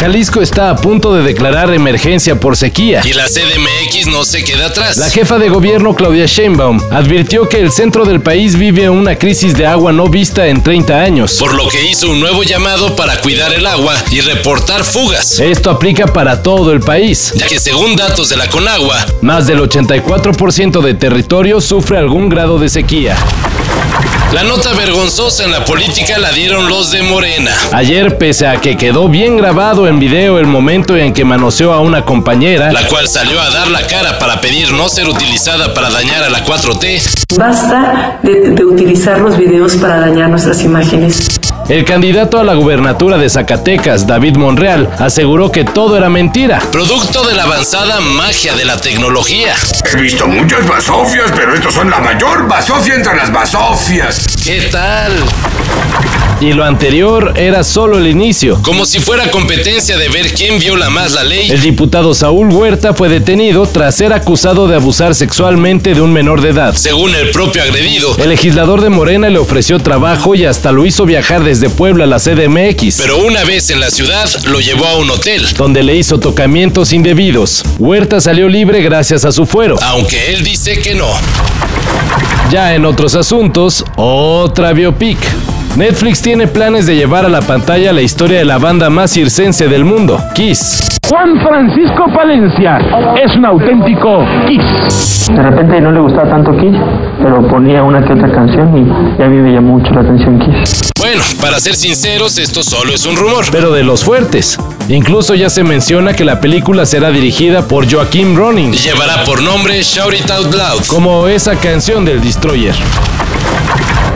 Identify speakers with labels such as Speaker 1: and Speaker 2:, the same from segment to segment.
Speaker 1: Jalisco está a punto de declarar emergencia por sequía.
Speaker 2: Y la CDMX no se queda atrás.
Speaker 1: La jefa de gobierno Claudia Sheinbaum advirtió que el centro del país vive una crisis de agua no vista en 30 años.
Speaker 2: Por lo que hizo un nuevo llamado para cuidar el agua y reportar fugas.
Speaker 1: Esto aplica para todo el país,
Speaker 2: Ya que según datos de la Conagua,
Speaker 1: más del 84% de territorio sufre algún grado de sequía.
Speaker 2: la nota vergonzosa en la política la dieron los de Morena.
Speaker 1: Ayer, pese a que quedó bien grabado en video el momento en que manoseó a una compañera,
Speaker 2: La cual salió a dar la cara para pedir no ser utilizada para dañar a la 4T.
Speaker 3: Basta de, de utilizar los videos para dañar nuestras imágenes.
Speaker 1: el candidato a la gubernatura de Zacatecas, David Monreal, aseguró que todo era mentira.
Speaker 2: Producto de la avanzada magia de la tecnología.
Speaker 4: He visto muchas basofias, pero estos son la mayor basofia entre las basofias.
Speaker 2: ¿Qué tal?
Speaker 1: Y lo anterior era solo el inicio.
Speaker 2: Como si fuera competencia de ver quién viola más la ley.
Speaker 1: El diputado Saúl Huerta fue detenido tras ser acusado de abusar sexualmente de un menor de edad.
Speaker 2: Según el propio agredido.
Speaker 1: El legislador de Morena le ofreció trabajo y hasta lo hizo viajar desde Puebla a la CDMX,
Speaker 2: Pero una vez en la ciudad lo llevó a un hotel.
Speaker 1: donde le hizo tocamientos indebidos. Huerta salió libre gracias a su fuero.
Speaker 2: Aunque él dice que no.
Speaker 1: Ya en otros asuntos, otra biopic. Netflix tiene planes de llevar a la pantalla la historia de la banda más circense del mundo, Kiss.
Speaker 5: Juan Francisco Palencia es un auténtico Kiss.
Speaker 6: De repente no le gustaba tanto Kiss, pero ponía una que otra canción y, y a mí me llamó mucho la atención Kiss.
Speaker 2: Bueno, para ser sinceros, esto solo es un rumor.
Speaker 1: pero de los fuertes. Incluso ya se menciona que la película será dirigida por Joaquim Ronin,
Speaker 2: Y llevará por nombre Shout It Out Loud.
Speaker 1: como esa canción del Destroyer.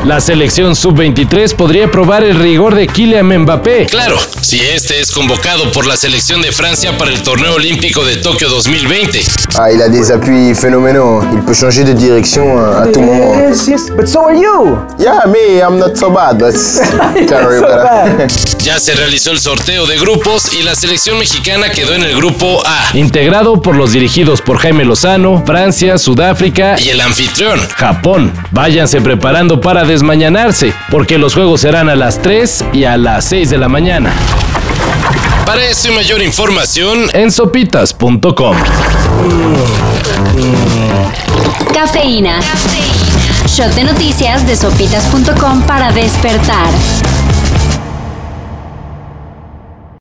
Speaker 1: La selección sub-23 podría probar el rigor de Kylian Mbappé.
Speaker 2: Claro, si este es convocado por la selección de Francia para el torneo olímpico de Tokio 2020.
Speaker 7: Ah, il a des appuis phénoménaux. hein. Il peut changer de direction hein, à, à tout moment.
Speaker 6: but so are you.
Speaker 7: Yeah, me, I'm not so bad. Let's carry
Speaker 6: so
Speaker 7: better.
Speaker 2: Ya se realizó el sorteo de grupos y la selección mexicana quedó en el grupo A.
Speaker 1: Integrado por los dirigidos por Jaime Lozano, Francia, Sudáfrica
Speaker 2: Y
Speaker 1: y
Speaker 2: el anfitrión,
Speaker 1: Japón. Váyanse preparando para desmañanarse, porque los juegos serán a las 3 y a las 6 de la mañana
Speaker 2: Para eso y mayor información,
Speaker 1: en sopitas.com.
Speaker 8: Cafeína. Shot de noticias de sopitas.com para despertar.